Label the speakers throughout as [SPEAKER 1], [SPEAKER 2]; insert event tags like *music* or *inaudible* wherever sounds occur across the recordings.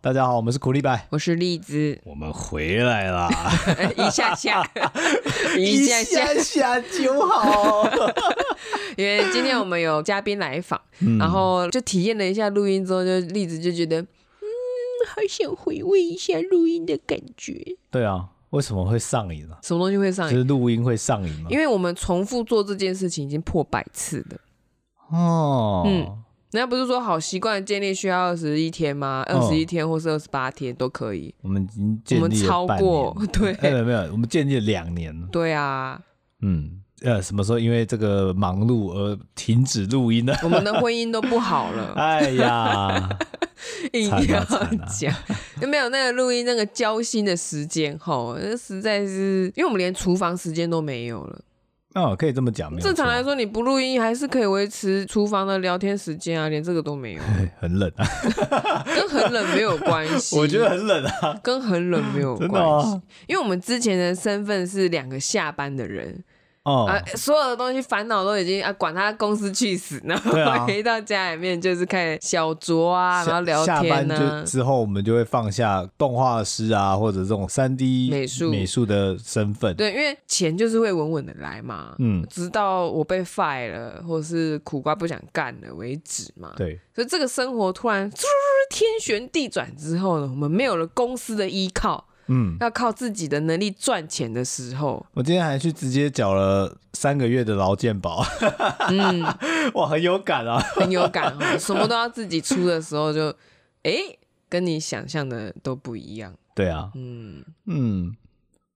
[SPEAKER 1] 大家好，我们是苦力白，
[SPEAKER 2] 我是栗子， *laughs*
[SPEAKER 3] 我们回来啦！
[SPEAKER 1] *laughs*
[SPEAKER 2] 一下下， *laughs* 一下下，
[SPEAKER 1] 下就
[SPEAKER 2] *laughs*
[SPEAKER 1] 好。
[SPEAKER 2] 因为今天我们有嘉宾来访，然后就体验了一下录音之后，就栗子就觉得，嗯，好想回味一下录音的感觉。
[SPEAKER 1] 对啊，为什么会上瘾呢、
[SPEAKER 2] 什么东西会上
[SPEAKER 1] 就
[SPEAKER 2] 瘾？
[SPEAKER 1] 是录音会上瘾吗？
[SPEAKER 2] 因为我们重复做这件事情已经破百次了。
[SPEAKER 1] 哦，
[SPEAKER 2] 嗯人家不是说好习惯建立需要二十一天吗？二十一天或是二十八天都可以。
[SPEAKER 1] 我们已经建立了
[SPEAKER 2] 我们超
[SPEAKER 1] 半
[SPEAKER 2] 过
[SPEAKER 1] 年，
[SPEAKER 2] 对
[SPEAKER 1] 哎没有没有，我们建立了两年了。
[SPEAKER 2] 对啊，
[SPEAKER 1] 嗯，呃，什么时候因为这个忙碌而停止录
[SPEAKER 2] *laughs*
[SPEAKER 1] 音呢？
[SPEAKER 2] 我们的婚姻都不好了，
[SPEAKER 1] 哎呀，
[SPEAKER 2] 硬
[SPEAKER 1] 惨
[SPEAKER 2] 要
[SPEAKER 1] 啊惨啊
[SPEAKER 2] 讲，就没有那个录音那个交心的时间吼，那实在是因为我们连厨房时间都没有了。
[SPEAKER 1] 哦，可以这么讲，没有
[SPEAKER 2] 正常
[SPEAKER 1] 错
[SPEAKER 2] 来，说，你不录音还是可以维持厨房的聊天时间啊，连这个都没有，
[SPEAKER 1] 哎 *laughs* 很冷啊，
[SPEAKER 2] 跟很冷没有关
[SPEAKER 1] *laughs*
[SPEAKER 2] 系。
[SPEAKER 1] 我觉得很冷啊，
[SPEAKER 2] 跟很冷没有
[SPEAKER 1] 真
[SPEAKER 2] 关
[SPEAKER 1] 的啊
[SPEAKER 2] 系，因为我们之前的身份是两个下班的人，
[SPEAKER 1] 哦，
[SPEAKER 2] 啊，所有的东西烦恼都已经啊，管他公司去死，然后
[SPEAKER 1] 对啊
[SPEAKER 2] *laughs* 回到家里面就是开始小酌啊，
[SPEAKER 1] 下
[SPEAKER 2] 然后聊
[SPEAKER 1] 下
[SPEAKER 2] 天
[SPEAKER 1] 班
[SPEAKER 2] 啊
[SPEAKER 1] 就。之后，我们就会放下动画师啊，或者这种三 D
[SPEAKER 2] 美术
[SPEAKER 1] 美术的身份。，
[SPEAKER 2] 对，因为钱就是会稳稳的来嘛，
[SPEAKER 1] 嗯，
[SPEAKER 2] 直到我被 fire 了，或是苦瓜不想干了为止嘛。，
[SPEAKER 1] 对，
[SPEAKER 2] 所以这个生活突然天旋地转之后呢，我们没有了公司的依靠，
[SPEAKER 1] 嗯，
[SPEAKER 2] 要靠自己的能力赚钱的时候，
[SPEAKER 1] 我今天还去直接缴了三个月的劳健保， *laughs*
[SPEAKER 2] 嗯，
[SPEAKER 1] 哇，很有感啊。
[SPEAKER 2] 很有感哦，什么都要自己出的时候就，诶，跟你想象的都不一样，
[SPEAKER 1] 对啊，
[SPEAKER 2] 嗯。
[SPEAKER 1] 嗯，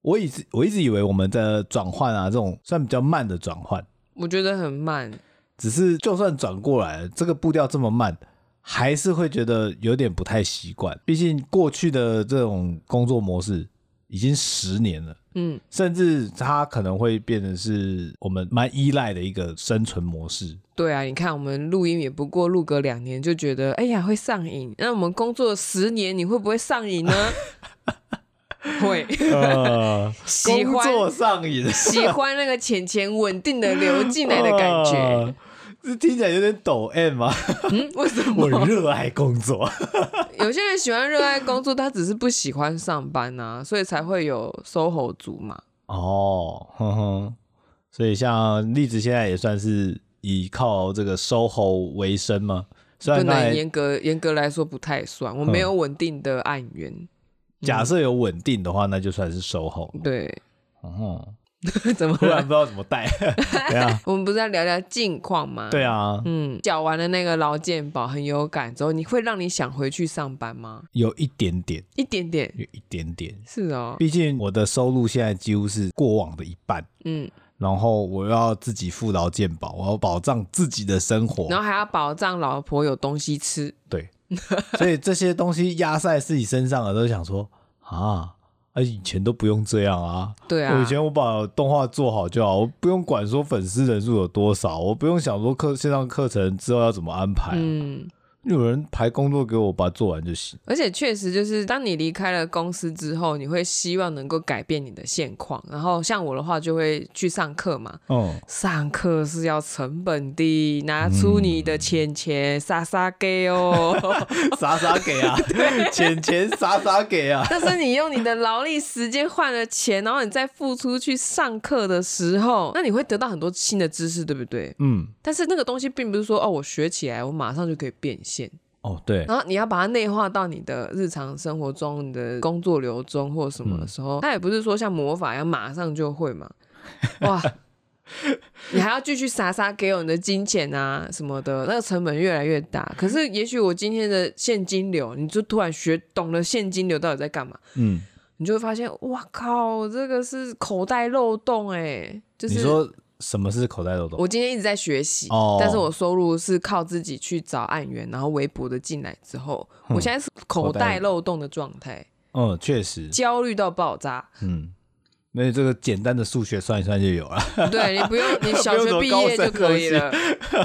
[SPEAKER 1] 我一直我一直以为我们的转换啊，这种算比较慢的转换，
[SPEAKER 2] 我觉得很慢，
[SPEAKER 1] 只是就算转过来了，这个步调这么慢。还是会觉得有点不太习惯，毕竟过去的这种工作模式已经十年了，
[SPEAKER 2] 嗯，
[SPEAKER 1] 甚至它可能会变成是我们蛮依赖的一个生存模式。
[SPEAKER 2] 对啊，你看我们录音也不过录个两年就觉得，哎呀会上瘾。那我们工作十年，你会不会上瘾呢？ *laughs* 会，
[SPEAKER 1] 呃，
[SPEAKER 2] 喜
[SPEAKER 1] 工
[SPEAKER 2] 欢
[SPEAKER 1] 作上瘾
[SPEAKER 2] 喜欢那个钱钱稳定的流进来的感觉
[SPEAKER 1] *laughs* 呃。这听起来有点抖 M
[SPEAKER 2] *laughs*
[SPEAKER 1] 啊！
[SPEAKER 2] 嗯，为什
[SPEAKER 1] 我
[SPEAKER 2] 么？
[SPEAKER 1] 热爱工作，
[SPEAKER 2] *laughs* 有些人喜欢热爱工作，他只是不喜欢上班啊，所以才会有 SOHO 族嘛。
[SPEAKER 1] 哦，哼哼，所以像栗子现在也算是以靠这个收猴为生吗？虽
[SPEAKER 2] 不
[SPEAKER 1] 然刚
[SPEAKER 2] 能
[SPEAKER 1] 才
[SPEAKER 2] 严格严格来说不太算，我没有稳定的案源。
[SPEAKER 1] 假设有稳定的话，那就算是收猴。
[SPEAKER 2] 对，
[SPEAKER 1] 哦，
[SPEAKER 2] *laughs* 怎么
[SPEAKER 1] 突然
[SPEAKER 2] 了
[SPEAKER 1] 不？知道怎么
[SPEAKER 2] *laughs*
[SPEAKER 1] 带，对啊，
[SPEAKER 2] 我们不是要聊聊近况吗？
[SPEAKER 1] 对啊，
[SPEAKER 2] 嗯，缴完了那个劳健保很有感之后，你会让你想回去上班吗？
[SPEAKER 1] 有一点点，
[SPEAKER 2] 一点点，
[SPEAKER 1] 有一点点，
[SPEAKER 2] 是哦，
[SPEAKER 1] 毕竟我的收入现在几乎是过往的一半，
[SPEAKER 2] 嗯，
[SPEAKER 1] 然后我要自己付劳健保，我要保障自己的生活，
[SPEAKER 2] 然后还要保障老婆有东西吃，
[SPEAKER 1] 对，所以这些东西压在自己身上了，都想说啊，啊以前都不用这样啊，
[SPEAKER 2] 对啊
[SPEAKER 1] 我以，前我把动画做好就好，我不用管说粉丝人数有多少，我不用想说课线上课程之后要怎么安排、啊，
[SPEAKER 2] 嗯，
[SPEAKER 1] 有人排工作给我，把它做完就行。
[SPEAKER 2] 而且确实就是当你离开了公司之后，你会希望能够改变你的现况，然后像我的话就会去上课嘛。 *laughs*
[SPEAKER 1] 嗯，
[SPEAKER 2] 上课是要成本的，拿出你的钱钱，撒撒给哦。
[SPEAKER 1] 傻傻给啊，钱钱傻傻给啊，
[SPEAKER 2] 但是你用你的劳力时间换了钱，然后你再付出去上课的时候，那你会得到很多新的知识，对不对？
[SPEAKER 1] 嗯。
[SPEAKER 2] 但是那个东西并不是说哦，我学起来我马上就可以变现，
[SPEAKER 1] 哦，对，
[SPEAKER 2] 然后你要把它内化到你的日常生活中、你的工作流中或什么
[SPEAKER 1] 嗯
[SPEAKER 2] 的时候，它也不是说像魔法一样马上就
[SPEAKER 1] *laughs*
[SPEAKER 2] 会嘛，哇！你还要继续傻傻给我你的金钱啊什么的，那个成本越来越大。可是也许我今天的现金流，你就突然学懂了现金流到底在干嘛，
[SPEAKER 1] 嗯，
[SPEAKER 2] 你就会发现，哇靠，这个是口袋漏洞哎、就是
[SPEAKER 1] 你说什么是口袋漏洞？
[SPEAKER 2] 我今天一直在学习，
[SPEAKER 1] 哦
[SPEAKER 2] 但是我收入是靠自己去找案源，然后微薄的进来之后，
[SPEAKER 1] 嗯
[SPEAKER 2] 我现在是口袋漏洞的状态，
[SPEAKER 1] 嗯，确实，
[SPEAKER 2] 焦虑到
[SPEAKER 1] *laughs*
[SPEAKER 2] 爆炸。
[SPEAKER 1] 嗯，那这个简单的数学算一算就有了。 *laughs*
[SPEAKER 2] 对你不用，你小
[SPEAKER 1] 不用什
[SPEAKER 2] 学
[SPEAKER 1] 么
[SPEAKER 2] 毕业就可以
[SPEAKER 1] 高
[SPEAKER 2] 了。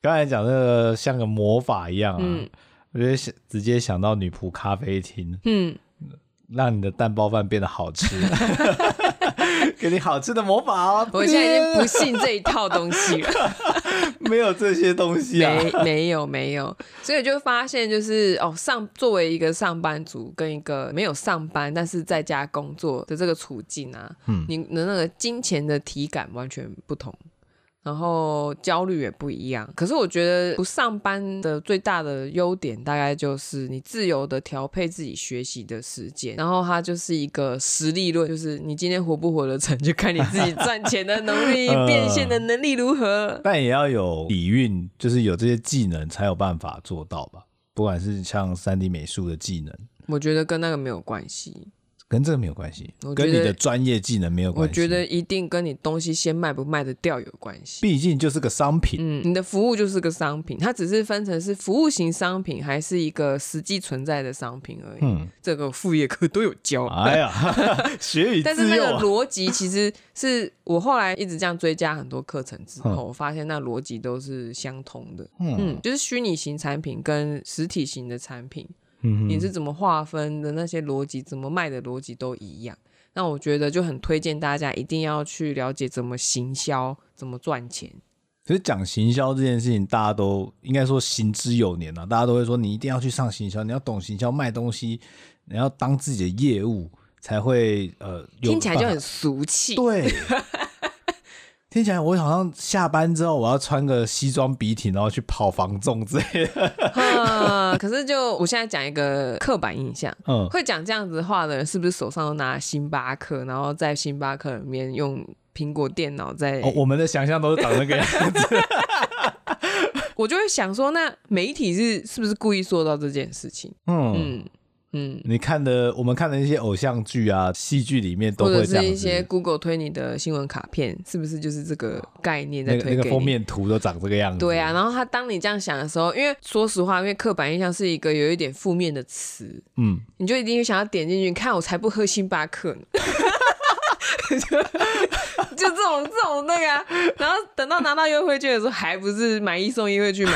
[SPEAKER 1] 刚才讲这个像个魔法一样啊，
[SPEAKER 2] 嗯
[SPEAKER 1] 我觉得想直接想到女仆咖啡厅，
[SPEAKER 2] 嗯，
[SPEAKER 1] 让你的蛋包饭变得好吃， *laughs* 给你好吃的魔法哦。
[SPEAKER 2] 我现在已经不信这一套东西了。
[SPEAKER 1] *laughs* 没有这些东西啊。
[SPEAKER 2] 没没有没有，所以就发现就是哦，上作为一个上班族跟一个没有上班但是在家工作的这个处境啊，
[SPEAKER 1] 嗯
[SPEAKER 2] 你的那个金钱的体感完全不同。然后焦虑也不一样，可是我觉得不上班的最大的优点大概就是你自由的调配自己学习的时间，然后它就是一个实力论，就是你今天活不活得成，就看你自己赚钱的能力、
[SPEAKER 1] *laughs* 嗯
[SPEAKER 2] 变现的能力如何。
[SPEAKER 1] 但也要有底蕴，就是有这些技能才有办法做到吧。不管是像三 D 美术的技能，
[SPEAKER 2] 我觉得跟那个没有关系，
[SPEAKER 1] 跟这个没有关系
[SPEAKER 2] 我，觉
[SPEAKER 1] 跟
[SPEAKER 2] 得
[SPEAKER 1] 你的专业技能没有
[SPEAKER 2] 我
[SPEAKER 1] 关系。
[SPEAKER 2] 觉得，一定跟你东西先卖不卖得掉有关系。
[SPEAKER 1] 毕竟就是个商品。
[SPEAKER 2] 嗯，你的服务就是个商品，它只是分成是服务型商品还是一个实际存在的商品而已。
[SPEAKER 1] 嗯，
[SPEAKER 2] 这个副业课都有教，
[SPEAKER 1] 哎呀， *laughs* 学以
[SPEAKER 2] 但是
[SPEAKER 1] 致
[SPEAKER 2] 那个
[SPEAKER 1] 用啊。
[SPEAKER 2] 逻辑其实是我后来一直这样追加很多课程之后，我发现那逻辑都是相通的。
[SPEAKER 1] 嗯
[SPEAKER 2] 嗯，就是虚拟型产品跟实体型的产品，
[SPEAKER 1] 嗯
[SPEAKER 2] 你是怎么划分的那些逻辑，怎么卖的逻辑都一样。那我觉得就很推荐大家一定要去了解怎么行销，怎么赚钱。
[SPEAKER 1] 其实讲行销这件事情，大家都应该说行之有年了、大家都会说你一定要去上行销，你要懂行销卖东西，你要当自己的业务才会呃，有
[SPEAKER 2] 听起来就
[SPEAKER 1] 办法
[SPEAKER 2] 很俗气， *laughs*
[SPEAKER 1] 对。听起来我好像下班之后我要穿个西装笔挺，然后去跑房仲之类的。
[SPEAKER 2] 啊可是就我现在讲一个刻板印象，
[SPEAKER 1] 嗯，
[SPEAKER 2] 会讲这样子话的人，是不是手上都拿星巴克，然后在星巴克里面用苹果电脑在？
[SPEAKER 1] 哦，我们的想象都是长那个样子。
[SPEAKER 2] 我就会想说，那媒体是是不是故意做到这件事情？
[SPEAKER 1] 嗯，
[SPEAKER 2] *laughs* 嗯嗯，
[SPEAKER 1] 你看的我们看的一些偶像剧啊、戏剧里面都
[SPEAKER 2] 或者
[SPEAKER 1] 会这
[SPEAKER 2] 是
[SPEAKER 1] 样
[SPEAKER 2] 一些
[SPEAKER 1] 子，
[SPEAKER 2] Google 推你的新闻卡片，是不是就是这个概念在
[SPEAKER 1] 那个
[SPEAKER 2] 推
[SPEAKER 1] 那个
[SPEAKER 2] 给你？
[SPEAKER 1] 封面图都长这个样子。
[SPEAKER 2] 对啊，，然后他当你这样想的时候，因为说实话，因为刻板印象是一个有一点负面的词，
[SPEAKER 1] 嗯，
[SPEAKER 2] 你就一定想要点进去，你看我才不喝星巴克呢。 *laughs* 就就这种这种那个、啊，然后等到拿到优惠券的时候，还不是买一送一会去买？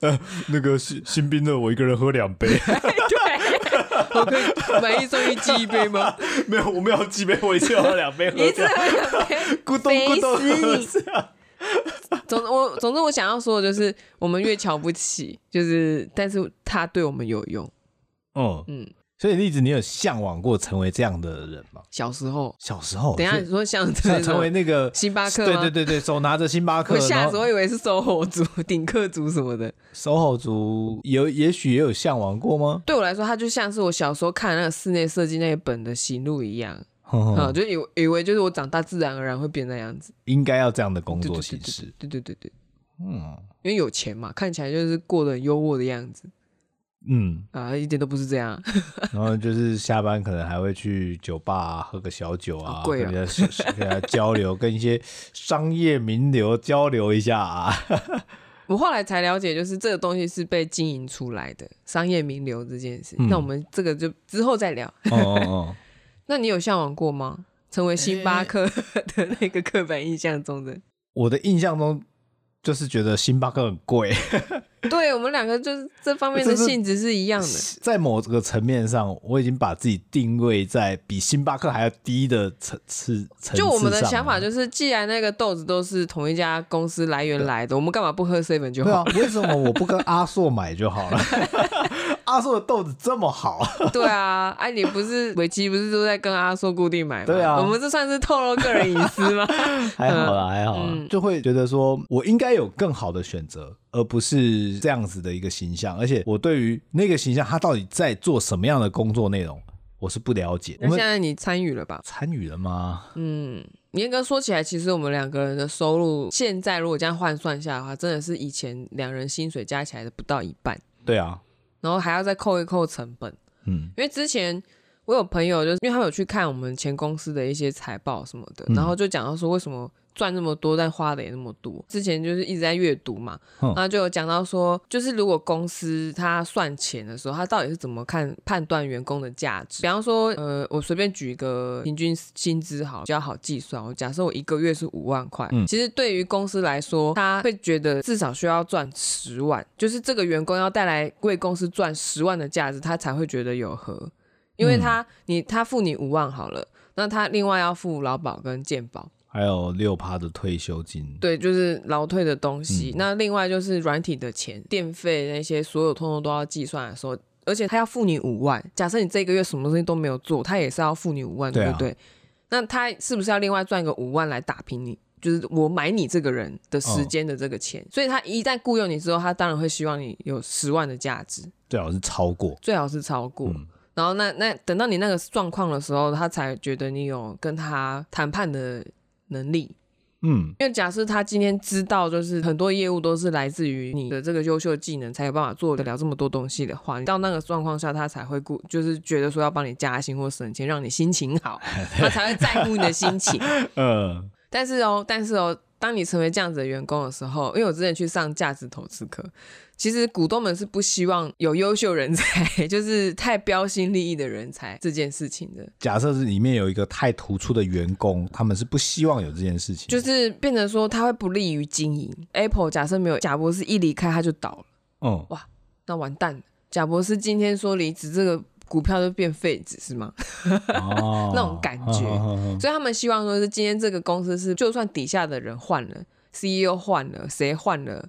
[SPEAKER 2] *laughs*
[SPEAKER 1] 那个新新兵的我一个人喝 *laughs* 两杯，
[SPEAKER 2] 对，我可以买一送一寄一杯吗？
[SPEAKER 1] 没有，我没有几杯，我一次喝两
[SPEAKER 2] *laughs*
[SPEAKER 1] 杯，喝
[SPEAKER 2] 一次
[SPEAKER 1] 掉
[SPEAKER 2] 喝两杯，
[SPEAKER 1] 咕咚咕咚
[SPEAKER 2] 肥死你
[SPEAKER 1] 喝掉。
[SPEAKER 2] 总我总之我想要说的就是，我们越瞧不起，就是但是它对我们有用。
[SPEAKER 1] 嗯嗯
[SPEAKER 2] 嗯，
[SPEAKER 1] 所以栗子，你有向往过成为这样的人吗？
[SPEAKER 2] 小时候，
[SPEAKER 1] 小时候，
[SPEAKER 2] 等一下
[SPEAKER 1] 所以
[SPEAKER 2] 你说像
[SPEAKER 1] 想成为那个
[SPEAKER 2] 星巴克
[SPEAKER 1] 对
[SPEAKER 2] 吗
[SPEAKER 1] 对对对，手拿着星巴克，
[SPEAKER 2] 我吓
[SPEAKER 1] 然
[SPEAKER 2] 死，
[SPEAKER 1] 后
[SPEAKER 2] 我以为是收火族、 *laughs* 顶客族什么的。
[SPEAKER 1] 守候族有也许也有向往过吗？
[SPEAKER 2] 对我来说，它就像是我小时候看那个室内设计那一本的行路一样，
[SPEAKER 1] 哼
[SPEAKER 2] 啊、
[SPEAKER 1] 哼
[SPEAKER 2] 就以为以为就是我长大自然而然会变那样子。
[SPEAKER 1] *laughs* 应该要这样的工
[SPEAKER 2] 对
[SPEAKER 1] 作
[SPEAKER 2] 对
[SPEAKER 1] 形
[SPEAKER 2] 对
[SPEAKER 1] 式。
[SPEAKER 2] 对对对对，
[SPEAKER 1] 嗯
[SPEAKER 2] 因为有钱嘛，看起来就是过得很优渥的样子
[SPEAKER 1] 嗯，
[SPEAKER 2] 啊， *laughs* 一点都不是这样。
[SPEAKER 1] 然后就是下班可能还会去酒吧、啊、喝个小酒啊，
[SPEAKER 2] 好贵啊
[SPEAKER 1] 跟人家跟人家交流，跟一些商业名流交流一下啊。
[SPEAKER 2] 我后来才了解，就是这个东西是被经营出来的商业名流这件事。
[SPEAKER 1] 嗯
[SPEAKER 2] 那我们这个就之后再聊。 *laughs*
[SPEAKER 1] 哦哦哦，
[SPEAKER 2] 那你有向往过吗？成为星巴克的那个刻板印象中的？
[SPEAKER 1] *laughs* 我的印象中就是觉得星巴克很贵，
[SPEAKER 2] 对我们两个就是这方面的
[SPEAKER 1] 这是
[SPEAKER 2] 性质是一样的。
[SPEAKER 1] *laughs* 在某个层面上，我已经把自己定位在比星巴克还要低的层次层次上了。
[SPEAKER 2] 就我们的想法
[SPEAKER 1] 啊
[SPEAKER 2] 就是，既然那个豆子都是同一家公司来源来的，我们干嘛不喝 seven 就
[SPEAKER 1] 对啊
[SPEAKER 2] 好？，
[SPEAKER 1] 为什么我不跟阿硕买就好了？ *laughs* 阿硕的豆子这么好，
[SPEAKER 2] 对啊，哎、你不是尾期不是都在跟阿硕固定买吗？
[SPEAKER 1] 对啊
[SPEAKER 2] 我们这算是透露个人隐私
[SPEAKER 1] *laughs*
[SPEAKER 2] 吗？
[SPEAKER 1] 还好啦，还好啦，
[SPEAKER 2] 嗯
[SPEAKER 1] 就会觉得说我应该有更好的选择，而不是这样子的一个形象。而且我对于那个形象，他到底在做什么样的工作内容，我是不了解。我
[SPEAKER 2] 那
[SPEAKER 1] 们
[SPEAKER 2] 现在你参与了吧？
[SPEAKER 1] 参与了吗？
[SPEAKER 2] 嗯，严格说起来，其实我们两个人的收入，现在如果这样换算下的话，真的是以前两人薪水加起来的不到一半，
[SPEAKER 1] 对啊，
[SPEAKER 2] 然后还要再扣一扣成本，
[SPEAKER 1] 嗯
[SPEAKER 2] 因为之前。我有朋友就是因为他有去看我们前公司的一些财报什么的，
[SPEAKER 1] 嗯
[SPEAKER 2] 然后就讲到说为什么。赚那么多，但花的也那么多。之前就是一直在阅读嘛，
[SPEAKER 1] 哼
[SPEAKER 2] 然后就有讲到说，就是如果公司它算钱的时候，它到底是怎么看判断员工的价值？比方说，呃，我随便举一个平均薪资好，比较好计算。我假设我一个月是五万块，
[SPEAKER 1] 嗯
[SPEAKER 2] 其实对于公司来说，他会觉得至少需要赚十万，就是这个员工要带来为公司赚十万的价值，他才会觉得有和。因为他、你他付你五万好了，那他另外要付劳保跟健保。
[SPEAKER 1] 还有六趴的退休金，
[SPEAKER 2] 对，就是劳退的东
[SPEAKER 1] 嗯
[SPEAKER 2] 西。那另外就是软体的钱、电费那些，所有通通都要计算的时候，而且他要付你五万。假设你这个月什么东西都没有做，他也是要付你五万，
[SPEAKER 1] 对
[SPEAKER 2] 对
[SPEAKER 1] 啊
[SPEAKER 2] 不对？那他是不是要另外赚个五万来打平你？就是我买你这个人的
[SPEAKER 1] 嗯
[SPEAKER 2] 时间的这个钱，所以他一旦雇佣你之后，他当然会希望你有十万的价值，
[SPEAKER 1] 最好是超过。
[SPEAKER 2] 最好是超过。
[SPEAKER 1] 嗯
[SPEAKER 2] 然后那那等到你那个状况的时候，他才觉得你有跟他谈判的能力。
[SPEAKER 1] 嗯，
[SPEAKER 2] 因为假设他今天知道，就是很多业务都是来自于你的这个优秀技能，才有办法做得了这么多东西的话，你到那个状况下，他才会顾，就是觉得说要帮你加薪或省钱，让你心情好，他才会在乎你的心情。
[SPEAKER 1] 呃，
[SPEAKER 2] 但是哦，但是哦，当你成为这样子的员工的时候，因为我之前去上价值投资课，其实股东们是不希望有优秀人才， *laughs* 就是太标新立异的人才这件事情的。
[SPEAKER 1] 假设是里面有一个太突出的员工，他们是不希望有这件事情，
[SPEAKER 2] 就是变成说，它会不利于经营。Apple 假设没有贾博士一离开，它就倒了。
[SPEAKER 1] 嗯，
[SPEAKER 2] 那完蛋了，贾博士今天说离职，这个股票就变废纸是吗？ *laughs*
[SPEAKER 1] 哦
[SPEAKER 2] *laughs* 那种感觉
[SPEAKER 1] 嗯嗯嗯嗯
[SPEAKER 2] 所以他们希望说是今天这个公司是，就算底下的人换了，CEO 换了，谁换了，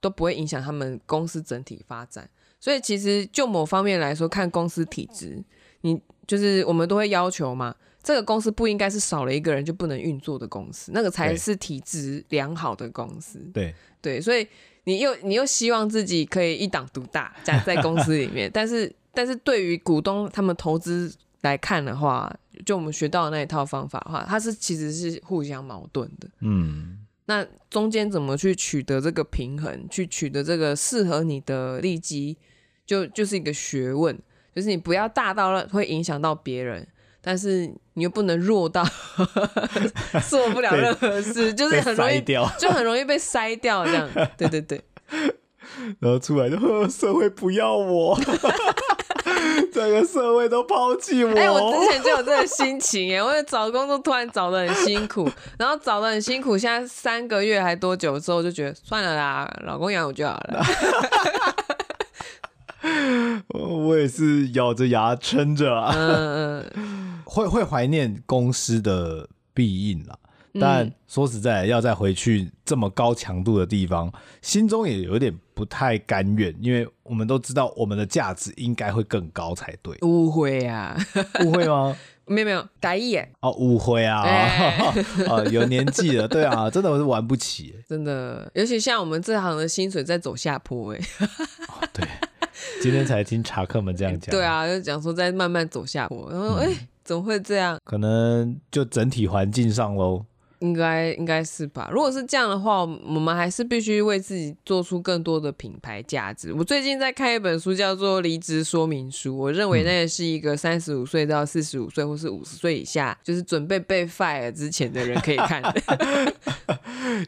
[SPEAKER 2] 都不会影响他们公司整体发展。所以其实就某方面来说，看公司体制，你就是我们都会要求嘛，这个公司不应该是少了一个人就不能运作的公司，那个才
[SPEAKER 1] 对
[SPEAKER 2] 是体制良好的公司。
[SPEAKER 1] *laughs* 对，
[SPEAKER 2] 对，所以你又你又希望自己可以一党独大，这样在公司里面， *laughs* 但是但是对于股东他们投资来看的话，就我们学到的那一套方法的话，它是其实是互相矛盾的。
[SPEAKER 1] 嗯，
[SPEAKER 2] 那中间怎么去取得这个平衡，去取得这个适合你的利基，就就是一个学问。就是你不要大到让会影响到别人，但是你又不能弱到 *laughs* 做不了任何事，就是很容
[SPEAKER 1] 被
[SPEAKER 2] 易
[SPEAKER 1] 筛掉，
[SPEAKER 2] 就很容易被筛掉这样。对
[SPEAKER 1] *laughs*
[SPEAKER 2] 对对，
[SPEAKER 1] 然后出来就 *laughs* 呵社会不要我， *laughs* 整个社会都抛弃我。
[SPEAKER 2] 哎、我之前就有这个心情哎，我找工作突然找的很辛苦，然后找的很辛苦，现在三个月还多久之后就觉得算了啦，老公养我就好了。
[SPEAKER 1] 呃我也是咬着牙撑着啊，
[SPEAKER 2] 嗯嗯，，
[SPEAKER 1] *laughs* 会会怀念公司的必应啦。但说实在，要再回去这么高强度的地方，心中也有点不太甘愿，因为我们都知道我们的价值应该会更高才对
[SPEAKER 2] *laughs* 误会啊，
[SPEAKER 1] 误会吗？
[SPEAKER 2] 没有没有，打一眼，
[SPEAKER 1] 哦，误会啊， *laughs*
[SPEAKER 2] 哎
[SPEAKER 1] 啊，有年纪了，对啊，真的我是玩不起，
[SPEAKER 2] 真的，尤其像我们这行的薪水在走下坡哎、
[SPEAKER 1] 对，今天才听查克们这样讲，嗯
[SPEAKER 2] 对，啊，就讲说在慢慢走下坡，然后哎、怎么会这样？
[SPEAKER 1] 可能就整体环境上喽，
[SPEAKER 2] 应该应该是吧。如果是这样的话，我们还是必须为自己做出更多的品牌价值。我最近在看一本书，叫做《离职说明书》，我认
[SPEAKER 1] 嗯
[SPEAKER 2] 为那个是一个三十五岁到四十五岁，或是五十岁以下，就是准备被 fire 之前的人可以看
[SPEAKER 1] *laughs*
[SPEAKER 2] 的。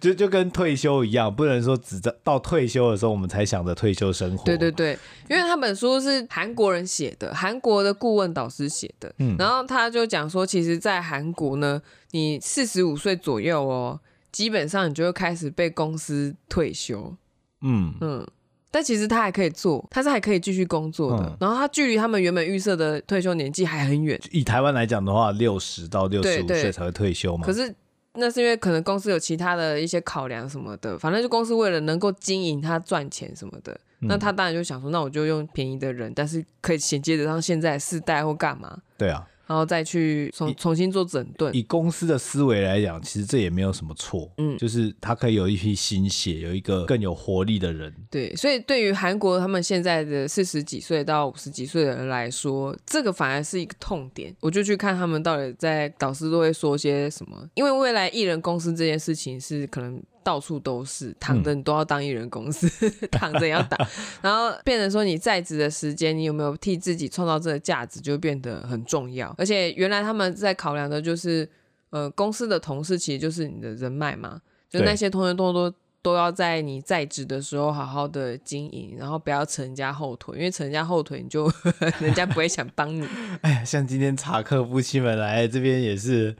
[SPEAKER 1] 就就跟退休一样，不能说只在到退休的时候我们才想着退休生活，
[SPEAKER 2] 对对对，因为他本书是韩国人写的，韩国的顾问导师写的，
[SPEAKER 1] 嗯
[SPEAKER 2] 然后他就讲说，其实，在韩国呢，你四十五岁左右哦，基本上你就会开始被公司退休。
[SPEAKER 1] 嗯，
[SPEAKER 2] 嗯，但其实他还可以做，他是还可以继续工作的。
[SPEAKER 1] 嗯
[SPEAKER 2] 然后他距离他们原本预设的退休年纪还很远，
[SPEAKER 1] 以台湾来讲的话，六十到六十
[SPEAKER 2] 对
[SPEAKER 1] 五
[SPEAKER 2] 对
[SPEAKER 1] 岁才会退休嘛。
[SPEAKER 2] 可是那是因为可能公司有其他的一些考量什么的，反正就公司为了能够经营他赚钱什么的，
[SPEAKER 1] 嗯
[SPEAKER 2] 那他当然就想说，那我就用便宜的人，但是可以衔接得上现在的世代或干嘛，
[SPEAKER 1] 对啊，
[SPEAKER 2] 然后再去重重新做整顿。
[SPEAKER 1] 以公司的思维来讲，其实这也没有什么错。
[SPEAKER 2] 嗯
[SPEAKER 1] 就是他可以有一批新血，有一个更有活力的人。
[SPEAKER 2] 对，所以对于韩国他们现在的四十几岁到五十几岁的人来说，这个反而是一个痛点。我就去看他们到底在导师都会说些什么，因为未来艺人公司这件事情是可能到处都是，躺着你都要当艺人公司， *laughs* 躺着也要打，然后变成说你在职的时间，你有没有替自己创造这个价值，就变得很重要。而且原来他们在考量的就是，呃，公司的同事其实就是你的人脉嘛，就
[SPEAKER 1] 对
[SPEAKER 2] 那些同学多多。都要在你在职的时候好好的经营，然后不要扯人家后腿，因为扯人家后腿，你就 *laughs* 人家不会想帮你。
[SPEAKER 1] 哎呀，像今天查克夫妻们来这边也是，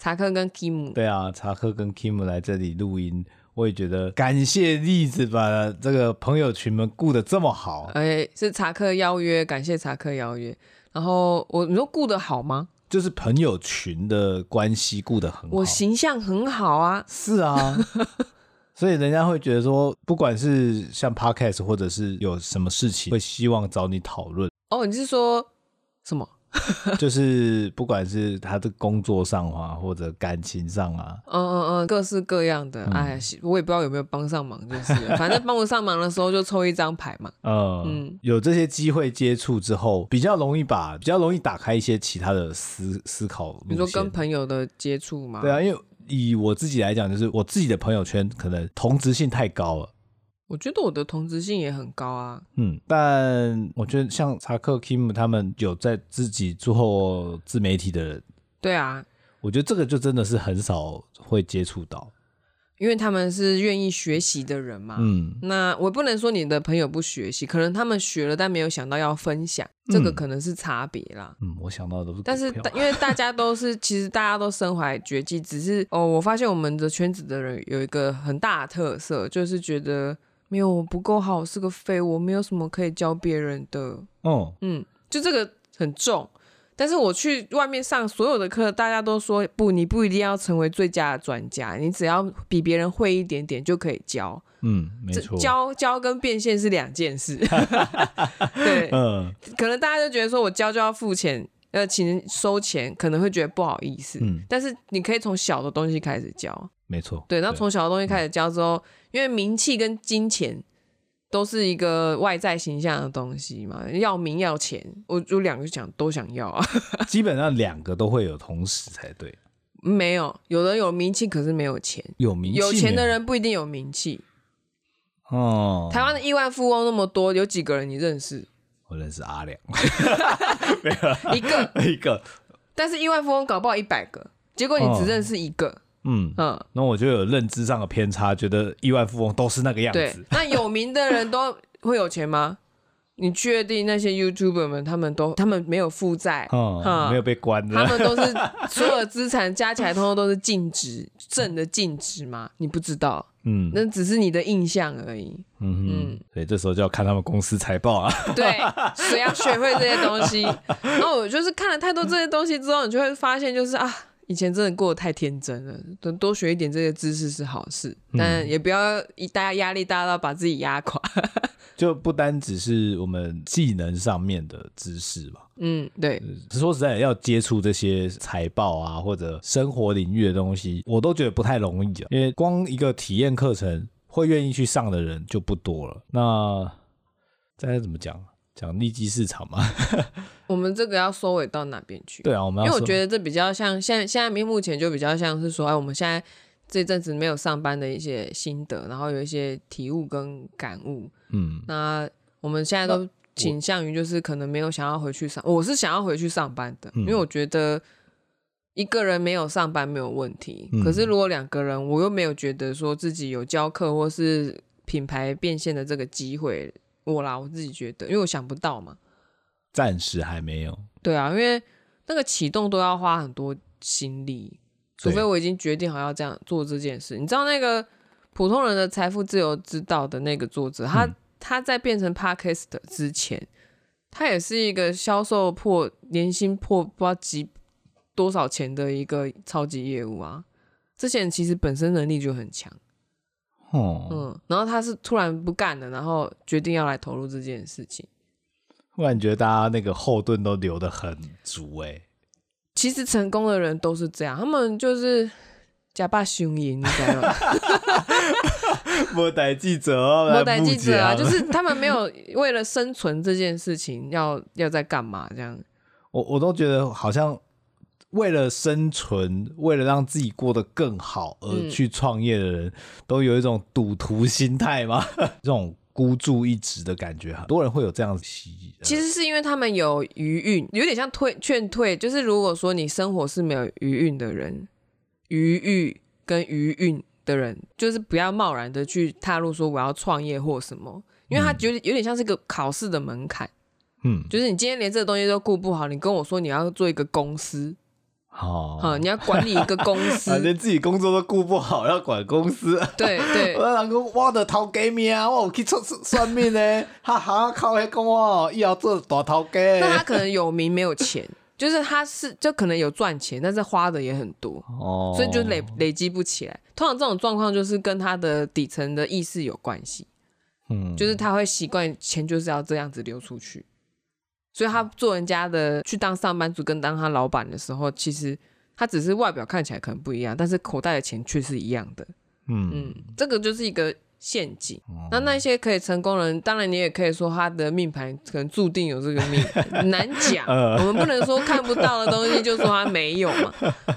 [SPEAKER 2] 查克跟 Kim
[SPEAKER 1] 对啊，查克跟 Kim 来这里录音，我也觉得感谢栗子把这个朋友群们顾得这么好，
[SPEAKER 2] 哎，是查克邀约，感谢查克邀约。然后我你说顾得好吗？
[SPEAKER 1] 就是朋友群的关系顾得很好。
[SPEAKER 2] 我形象很好啊，
[SPEAKER 1] 是啊， *laughs* 所以人家会觉得说，不管是像 podcast 或者是有什么事情，会希望找你讨
[SPEAKER 2] *laughs*
[SPEAKER 1] 论，
[SPEAKER 2] 哦，你是说什么？
[SPEAKER 1] 就是不管是他的工作上啊，或者感情上啊，
[SPEAKER 2] 嗯嗯嗯，各式各样的。
[SPEAKER 1] 嗯
[SPEAKER 2] 哎，我也不知道有没有帮上忙，就是了反正帮不上忙的时候就抽一张牌嘛。
[SPEAKER 1] 呃、
[SPEAKER 2] 嗯
[SPEAKER 1] 有这些机会接触之后，比较容易把比较容易打开一些其他的思思考路线。
[SPEAKER 2] 比如说跟朋友的接触嘛。
[SPEAKER 1] 对啊，因为以我自己来讲，就是我自己的朋友圈可能同质性太高了。
[SPEAKER 2] 我觉得我的同质性也很高啊。
[SPEAKER 1] 嗯，但我觉得像查克、Kim 他们有在自己做自媒体的人，
[SPEAKER 2] 对啊，
[SPEAKER 1] 我觉得这个就真的是很少会接触到。
[SPEAKER 2] 因为他们是愿意学习的人嘛。
[SPEAKER 1] 嗯，
[SPEAKER 2] 那我不能说你的朋友不学习，可能他们学了，但没有想到要分享，这个
[SPEAKER 1] 嗯
[SPEAKER 2] 可能是差别啦。
[SPEAKER 1] 嗯，我想到的都是股票，
[SPEAKER 2] 但是大因为大家都是，其实大家都身怀绝技，只是哦，我发现我们的圈子的人有一个很大的特色，就是觉得没有我不够好，我是个废物，我没有什么可以教别人的，
[SPEAKER 1] 嗯，
[SPEAKER 2] 嗯，就这个很重。但是我去外面上所有的课，大家都说不，你不一定要成为最佳的专家，你只要比别人会一点点就可以教。
[SPEAKER 1] 嗯，没
[SPEAKER 2] 这
[SPEAKER 1] 错，
[SPEAKER 2] 教教跟变现是两件事。 *laughs* 对，
[SPEAKER 1] 嗯
[SPEAKER 2] 可能大家就觉得说我教就要付钱，呃，请人收钱，可能会觉得不好意思。
[SPEAKER 1] 嗯，
[SPEAKER 2] 但是你可以从小的东西开始教，
[SPEAKER 1] 没错，
[SPEAKER 2] 对，然后从小的东西开始教之后，因为名气跟金钱都是一个外在形象的东西嘛，要名要钱，我就两个想都想要啊， *laughs*
[SPEAKER 1] 基本上两个都会有同时才对，
[SPEAKER 2] 没有，有人有名气可是没有钱，
[SPEAKER 1] 有名气
[SPEAKER 2] 有钱
[SPEAKER 1] 没
[SPEAKER 2] 的人不一定有名气。
[SPEAKER 1] 哦，
[SPEAKER 2] 台湾的亿万富翁那么多，有几个人你
[SPEAKER 1] *laughs*
[SPEAKER 2] 认识？
[SPEAKER 1] 我认识阿良 *laughs*
[SPEAKER 2] 一个，
[SPEAKER 1] 一个，
[SPEAKER 2] 但是亿万富翁搞不好一百个，结果你
[SPEAKER 1] 哦
[SPEAKER 2] 只认识一个，
[SPEAKER 1] 嗯，
[SPEAKER 2] 嗯。
[SPEAKER 1] 那我就有认知上的偏差，觉得亿万富翁都是那个样
[SPEAKER 2] 对
[SPEAKER 1] 子，，
[SPEAKER 2] 那有名的人都会有钱吗？ *laughs* 你确定那些 YouTuber 们他们都他们没有负债？
[SPEAKER 1] 嗯，
[SPEAKER 2] 嗯
[SPEAKER 1] 没有被关
[SPEAKER 2] 他
[SPEAKER 1] 的，
[SPEAKER 2] 们都是所有资产加起来，通通都是净值，正的净值吗？你不知道，
[SPEAKER 1] 嗯
[SPEAKER 2] 那只是你的印象而已。
[SPEAKER 1] 嗯哼，所以这时候就要看他们公司财报啊， *laughs*
[SPEAKER 2] 对，所以要学会这些东西。然后我就是看了太多这些东西之后，你就会发现，就是啊，以前真的过得太天真了。多多学一点这些知识是好事，
[SPEAKER 1] 嗯
[SPEAKER 2] 但也不要一大家压力大到把自己压垮。
[SPEAKER 1] 就不单只是我们技能上面的知识吧。
[SPEAKER 2] 嗯，对，
[SPEAKER 1] 说实在的，要接触这些财报啊，或者生活领域的东西，我都觉得不太容易啊。因为光一个体验课程会愿意去上的人就不多了。那大家怎么讲？讲利基市场嘛？ *laughs*
[SPEAKER 2] 我们这个要收尾到哪边去？
[SPEAKER 1] 对啊，我们
[SPEAKER 2] 因
[SPEAKER 1] 要
[SPEAKER 2] 为
[SPEAKER 1] 说
[SPEAKER 2] 我觉得这比较像现在现在目前就比较像是说，哎，我们现在这阵子没有上班的一些心得，然后有一些体悟跟感悟。
[SPEAKER 1] 嗯，
[SPEAKER 2] 那我们现在都倾向于就是可能没有想要回去上，我是想要回去上班的，
[SPEAKER 1] 嗯
[SPEAKER 2] 因为我觉得一个人没有上班没有问题，
[SPEAKER 1] 嗯
[SPEAKER 2] 可是如果两个人，我又没有觉得说自己有教课或是品牌变现的这个机会，我啦我自己觉得，因为我想不到嘛。
[SPEAKER 1] 暂时还没有。
[SPEAKER 2] 对啊，因为那个启动都要花很多心力，除
[SPEAKER 1] 对
[SPEAKER 2] 非我已经决定好要这样做这件事。你知道那个普通人的财富自由之道的那个作者，他、
[SPEAKER 1] 嗯
[SPEAKER 2] 他在变成 podcast 之前，他也是一个销售破年薪破不知道几多少钱的一个超级业务啊。这些人其实本身能力就很强，
[SPEAKER 1] 哦、
[SPEAKER 2] 嗯，然后他是突然不干了，然后决定要来投入这件事情。
[SPEAKER 1] 我感觉大家那个后盾都留得很足 *laughs* 哎、
[SPEAKER 2] 其实成功的人都是这样，他们就是假扮雄鹰，你知道吗？
[SPEAKER 1] 莫逮记者哦，
[SPEAKER 2] *laughs* 我逮记者啊，
[SPEAKER 1] 来募集
[SPEAKER 2] 就是他们没有为了生存这件事情要要在干嘛这样。
[SPEAKER 1] 我我都觉得好像为了生存，为了让自己过得更好
[SPEAKER 2] 嗯
[SPEAKER 1] 而去创业的人，都有一种赌徒心态嘛， *laughs* 这种孤注一掷的感觉，很多人会有这样的习。
[SPEAKER 2] 其实是因为他们有余韵，有点像退劝退，就是如果说你生活是没有余韵的人，余欲跟余韵的人，就是不要贸然的去踏入说我要创业或什么，因为他觉得有点像是个考试的门槛，
[SPEAKER 1] 嗯，
[SPEAKER 2] 就是你今天连这个东西都顾不好，你跟我说你要做一个公司，
[SPEAKER 1] 好、
[SPEAKER 2] 啊、你要管理一个公
[SPEAKER 1] *laughs*
[SPEAKER 2] 司
[SPEAKER 1] 啊，，连自己工作都顾不好，要管公司。
[SPEAKER 2] *laughs* 对对
[SPEAKER 1] 我，老公，我的头给你啊，我有去算算命呢，哈哈，靠黑讲我以后做大头家。
[SPEAKER 2] 那他可能有名没有钱，就是他是就可能有赚钱，但是花的也很多，
[SPEAKER 1] 哦
[SPEAKER 2] 所以就累累积不起来。通常这种状况就是跟他的底层的意识有关系，
[SPEAKER 1] 嗯
[SPEAKER 2] 就是他会习惯钱就是要这样子流出去，所以他做人家的去当上班族跟当他老板的时候，其实他只是外表看起来可能不一样，但是口袋的钱却是一样的。
[SPEAKER 1] 嗯
[SPEAKER 2] 嗯，这个就是一个陷阱。那那些可以成功的人，当然你也可以说他的命盘可能注定有这个命，难讲。
[SPEAKER 1] 呃
[SPEAKER 2] 我们不能说看不到的东西就说他没有嘛。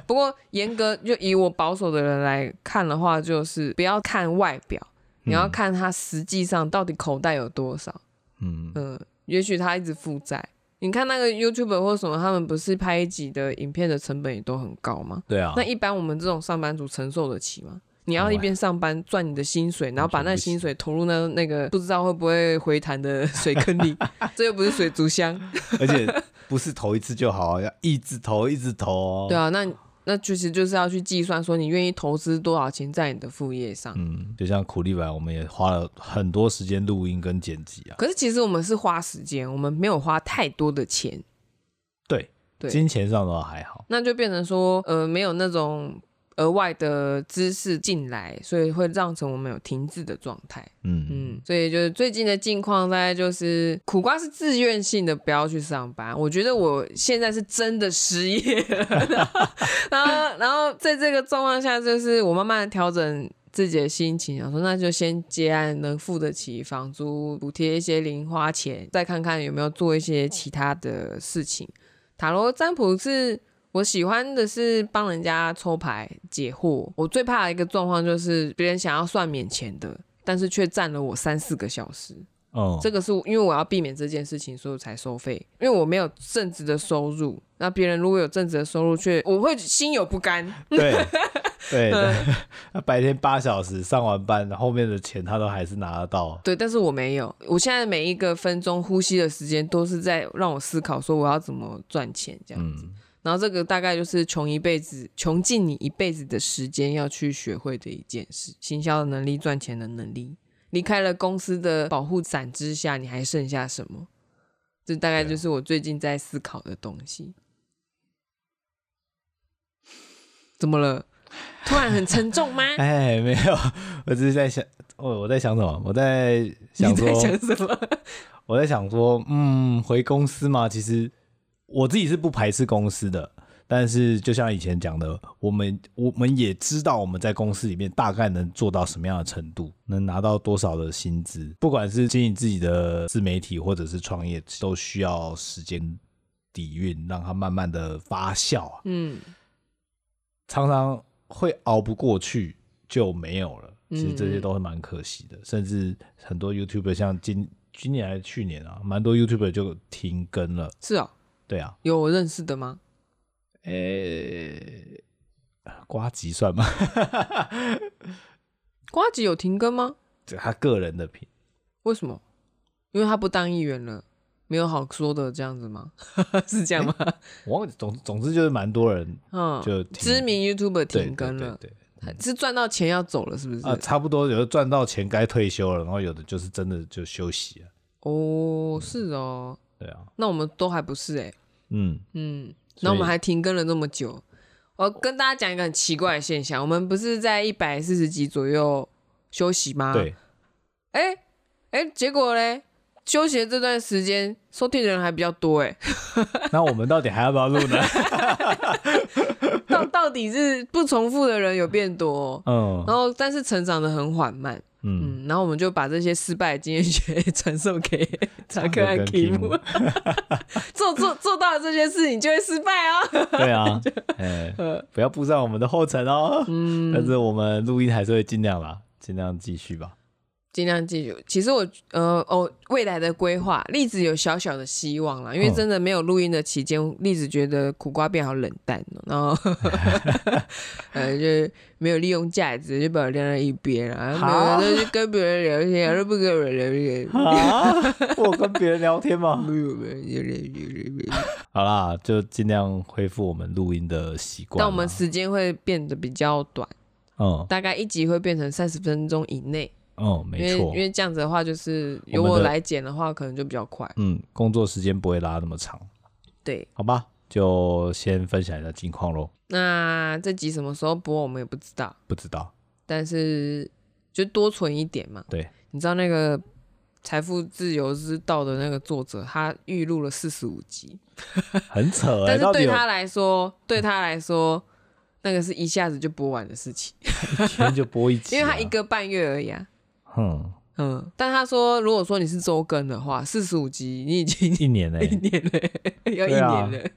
[SPEAKER 2] 不过严格就以我保守的人来看的话，就是不要看外表，你要看他实际上到底口袋有多少。
[SPEAKER 1] 嗯
[SPEAKER 2] 嗯，也许他一直负债。你看那个 YouTube 或什么，他们不是拍一集的影片的成本也都很高吗？
[SPEAKER 1] 对啊
[SPEAKER 2] 那，一般我们这种上班族承受得起吗？你要一边上班赚你的薪水，然后把那薪水投入那那个不知道会不会回弹的水坑里，这又不是水族箱，
[SPEAKER 1] *laughs* 而且不是投一次就好，要一直投，一直投哦。
[SPEAKER 2] 对啊，那那其实就是要去计算说你愿意投资多少钱在你的副业上。
[SPEAKER 1] 嗯，就像苦力白，我们也花了很多时间录音跟剪辑啊。
[SPEAKER 2] 可是其实我们是花时间，我们没有花太多的钱，
[SPEAKER 1] 对，
[SPEAKER 2] 对
[SPEAKER 1] 金钱上倒还好。
[SPEAKER 2] 那就变成说呃没有那种额外的知识进来，所以会造成我们有停滞的状态。
[SPEAKER 1] 嗯
[SPEAKER 2] 嗯，所以就是最近的近况，大概就是苦瓜是自愿性的不要去上班。我觉得我现在是真的失业了， *laughs* 然后然后在这个状况下，就是我慢慢地调整。自己的心情，想说那就先接案，能付得起房租，补贴一些零花钱，再看看有没有做一些其他的事情。塔罗占卜是我喜欢的是帮人家抽牌解惑。我最怕的一个状况就是别人想要算免钱的，但是却占了我三四个小时。
[SPEAKER 1] 嗯，
[SPEAKER 2] 这个是因为我要避免这件事情，所以我才收费。因为我没有正职的收入，那别人如果有正职的收入却，我会心有不甘。
[SPEAKER 1] 对
[SPEAKER 2] *laughs*
[SPEAKER 1] 对，
[SPEAKER 2] 嗯
[SPEAKER 1] 那 *laughs* 白天八小时上完班，后面的钱他都还是拿得到。
[SPEAKER 2] 对，但是我没有。我现在每一个分钟呼吸的时间都是在让我思考，说我要怎么赚钱这样
[SPEAKER 1] 嗯
[SPEAKER 2] 子。然后这个大概就是穷一辈子、穷尽你一辈子的时间要去学会的一件事：行销的能力、赚钱的能力。离开了公司的保护伞之下，你还剩下什么？这大
[SPEAKER 1] 啊
[SPEAKER 2] 概就是我最近在思考的东西。怎么了？突然很沉重吗？
[SPEAKER 1] *laughs* 哎，没有，我只是在想，哦我我在想什么？我在
[SPEAKER 2] 你
[SPEAKER 1] 想说，
[SPEAKER 2] 在想什么？ *laughs*
[SPEAKER 1] 我在想说，嗯，回公司嘛，其实我自己是不排斥公司的，但是就像以前讲的，我们我们也知道我们在公司里面大概能做到什么样的程度，能拿到多少的薪资，不管是经营自己的自媒体或者是创业，都需要时间底蕴，让它慢慢的发酵啊。
[SPEAKER 2] 嗯，
[SPEAKER 1] 常常会熬不过去就没有了。其实这些
[SPEAKER 2] 嗯
[SPEAKER 1] 都是蛮可惜的，甚至很多 YouTuber 像今今年还是去年啊，蛮多 YouTuber 就停更了。
[SPEAKER 2] 是哦，
[SPEAKER 1] 对啊，
[SPEAKER 2] 有我认识的吗？
[SPEAKER 1] 诶、瓜吉算吗？ *laughs*
[SPEAKER 2] 瓜吉有停更吗？
[SPEAKER 1] 这他个人的评，
[SPEAKER 2] 为什么？因为他不当议员了，没有好说的这样子吗？ *laughs* 是这样吗？
[SPEAKER 1] 我忘记总总之就是蛮多人
[SPEAKER 2] 嗯，
[SPEAKER 1] 就停
[SPEAKER 2] 知名 YouTuber
[SPEAKER 1] 对
[SPEAKER 2] 停更了，
[SPEAKER 1] 对对对嗯
[SPEAKER 2] 是赚到钱要走了，是不是？
[SPEAKER 1] 啊，差不多有的赚到钱该退休了，然后有的就是真的就休息了。
[SPEAKER 2] 哦，是哦，
[SPEAKER 1] 对啊，
[SPEAKER 2] 那我们都还不是哎、
[SPEAKER 1] 嗯，
[SPEAKER 2] 嗯，
[SPEAKER 1] 所以
[SPEAKER 2] 那我们还停更了那么久。我跟大家讲一个很奇怪的现象，我们不是在一百四十集左右休息吗？
[SPEAKER 1] 对，
[SPEAKER 2] 哎、哎、结果嘞，休息的这段时间收听的人还比较多哎、
[SPEAKER 1] 那我们到底还要不要录呢？
[SPEAKER 2] *laughs* 到到到底是不重复的人有变多 *laughs*
[SPEAKER 1] *laughs* 嗯
[SPEAKER 2] 哦、然后但是成长的很缓慢，
[SPEAKER 1] 嗯，
[SPEAKER 2] 嗯，然后我们就把这些失败的经验学 *laughs* 传授
[SPEAKER 1] *laughs*
[SPEAKER 2] 给查克和
[SPEAKER 1] 跟
[SPEAKER 2] 提
[SPEAKER 1] Kim
[SPEAKER 2] 姆，做做做到了这些事，你就会失败哦。 *laughs*
[SPEAKER 1] 对啊，哎，
[SPEAKER 2] 呃
[SPEAKER 1] 不要步上我们的后尘哦。嗯， *laughs* 但是我们录音还是会尽量啦，尽量继续
[SPEAKER 2] *laughs*
[SPEAKER 1] 吧。
[SPEAKER 2] 尽量记住。其实我呃哦，未来的规划，栗子有小小的希望啦，因为
[SPEAKER 1] 嗯
[SPEAKER 2] 真的没有录音的期间，栗子觉得苦瓜变好冷淡哦、然后
[SPEAKER 1] *laughs*
[SPEAKER 2] 呃就没有利用价值，就把我晾在一边啊，
[SPEAKER 1] 好
[SPEAKER 2] 没有就跟别人聊天，啊都不跟我聊天。 *laughs*
[SPEAKER 1] 啊，我跟别人聊天嘛。
[SPEAKER 2] 没有没有没有没有没有没有
[SPEAKER 1] 好啦，就尽量恢复我们录音的习惯啦。啊
[SPEAKER 2] 但我们时间会变得比较短，
[SPEAKER 1] 嗯
[SPEAKER 2] 大概一集会变成三十分钟以内，
[SPEAKER 1] 嗯，
[SPEAKER 2] 因
[SPEAKER 1] 没
[SPEAKER 2] 为
[SPEAKER 1] 错
[SPEAKER 2] 因，为这样子的话，就是
[SPEAKER 1] 我
[SPEAKER 2] 由
[SPEAKER 1] 们
[SPEAKER 2] 我
[SPEAKER 1] 的
[SPEAKER 2] 来剪的话，可能就比较快。
[SPEAKER 1] 嗯，工作时间不会拉那么长，
[SPEAKER 2] 对，
[SPEAKER 1] 好吧？就先分享一下近况喽。
[SPEAKER 2] 那这集什么时候播我们也不知道，
[SPEAKER 1] 不知道，
[SPEAKER 2] 但是就多存一点嘛。
[SPEAKER 1] 对，
[SPEAKER 2] 你知道那个《财富自由之道》的那个作者，他预录了四十五集，
[SPEAKER 1] 很扯哎、
[SPEAKER 2] 但是
[SPEAKER 1] 到底
[SPEAKER 2] 对
[SPEAKER 1] 有
[SPEAKER 2] 他来说，对他来说，那个是一下子就播完的事情，
[SPEAKER 1] 一天就播一集、
[SPEAKER 2] *laughs* 因
[SPEAKER 1] 啊，
[SPEAKER 2] 为他一，个半月而已啊。
[SPEAKER 1] 哼，
[SPEAKER 2] 嗯，但他说，如果说你是周更的话，四十五集你已经 *laughs*
[SPEAKER 1] 一年哎、
[SPEAKER 2] 一年了，要一
[SPEAKER 1] 对啊
[SPEAKER 2] 年了。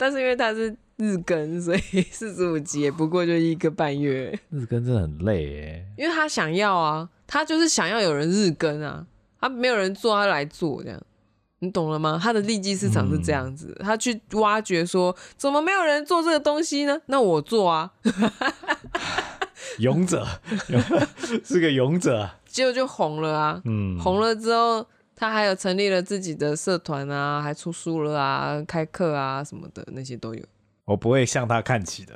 [SPEAKER 2] 但是因为他是日更，所以 *laughs* 四十五集也不过就一个半月。
[SPEAKER 1] 日更真的很累哎、
[SPEAKER 2] 因为他想要啊，他就是想要有人日更啊，他没有人做，他来做这样，你懂了吗？他的利基市场是这样子，
[SPEAKER 1] 嗯
[SPEAKER 2] 他去挖掘说怎么没有人做这个东西呢？那我做啊，
[SPEAKER 1] 勇者， *laughs* 是个勇者，啊
[SPEAKER 2] 结果就红了啊，
[SPEAKER 1] 嗯，
[SPEAKER 2] 红了之后。他还有成立了自己的社团啊，还出书了啊，开课啊什么的那
[SPEAKER 1] *laughs*
[SPEAKER 2] 些都有。
[SPEAKER 1] 我不会向他看齐的，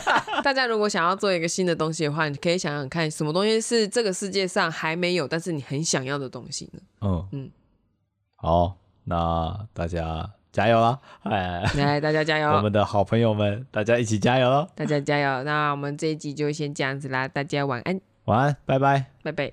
[SPEAKER 1] *laughs*
[SPEAKER 2] 大家如果想要做一个新的东西的话，你可以想想看，什么东西是这个世界上还没有，但是你很想要的东
[SPEAKER 1] *laughs*
[SPEAKER 2] 西呢？
[SPEAKER 1] 嗯嗯
[SPEAKER 2] 嗯，
[SPEAKER 1] 好，那大家加油啦，哎，
[SPEAKER 2] 来，大家加油！
[SPEAKER 1] 我们的好朋友们，大家一起加油喽，
[SPEAKER 2] 大家加油！那我们这一集就先这样子啦，大家晚安，
[SPEAKER 1] 晚安，拜拜。
[SPEAKER 2] 拜拜。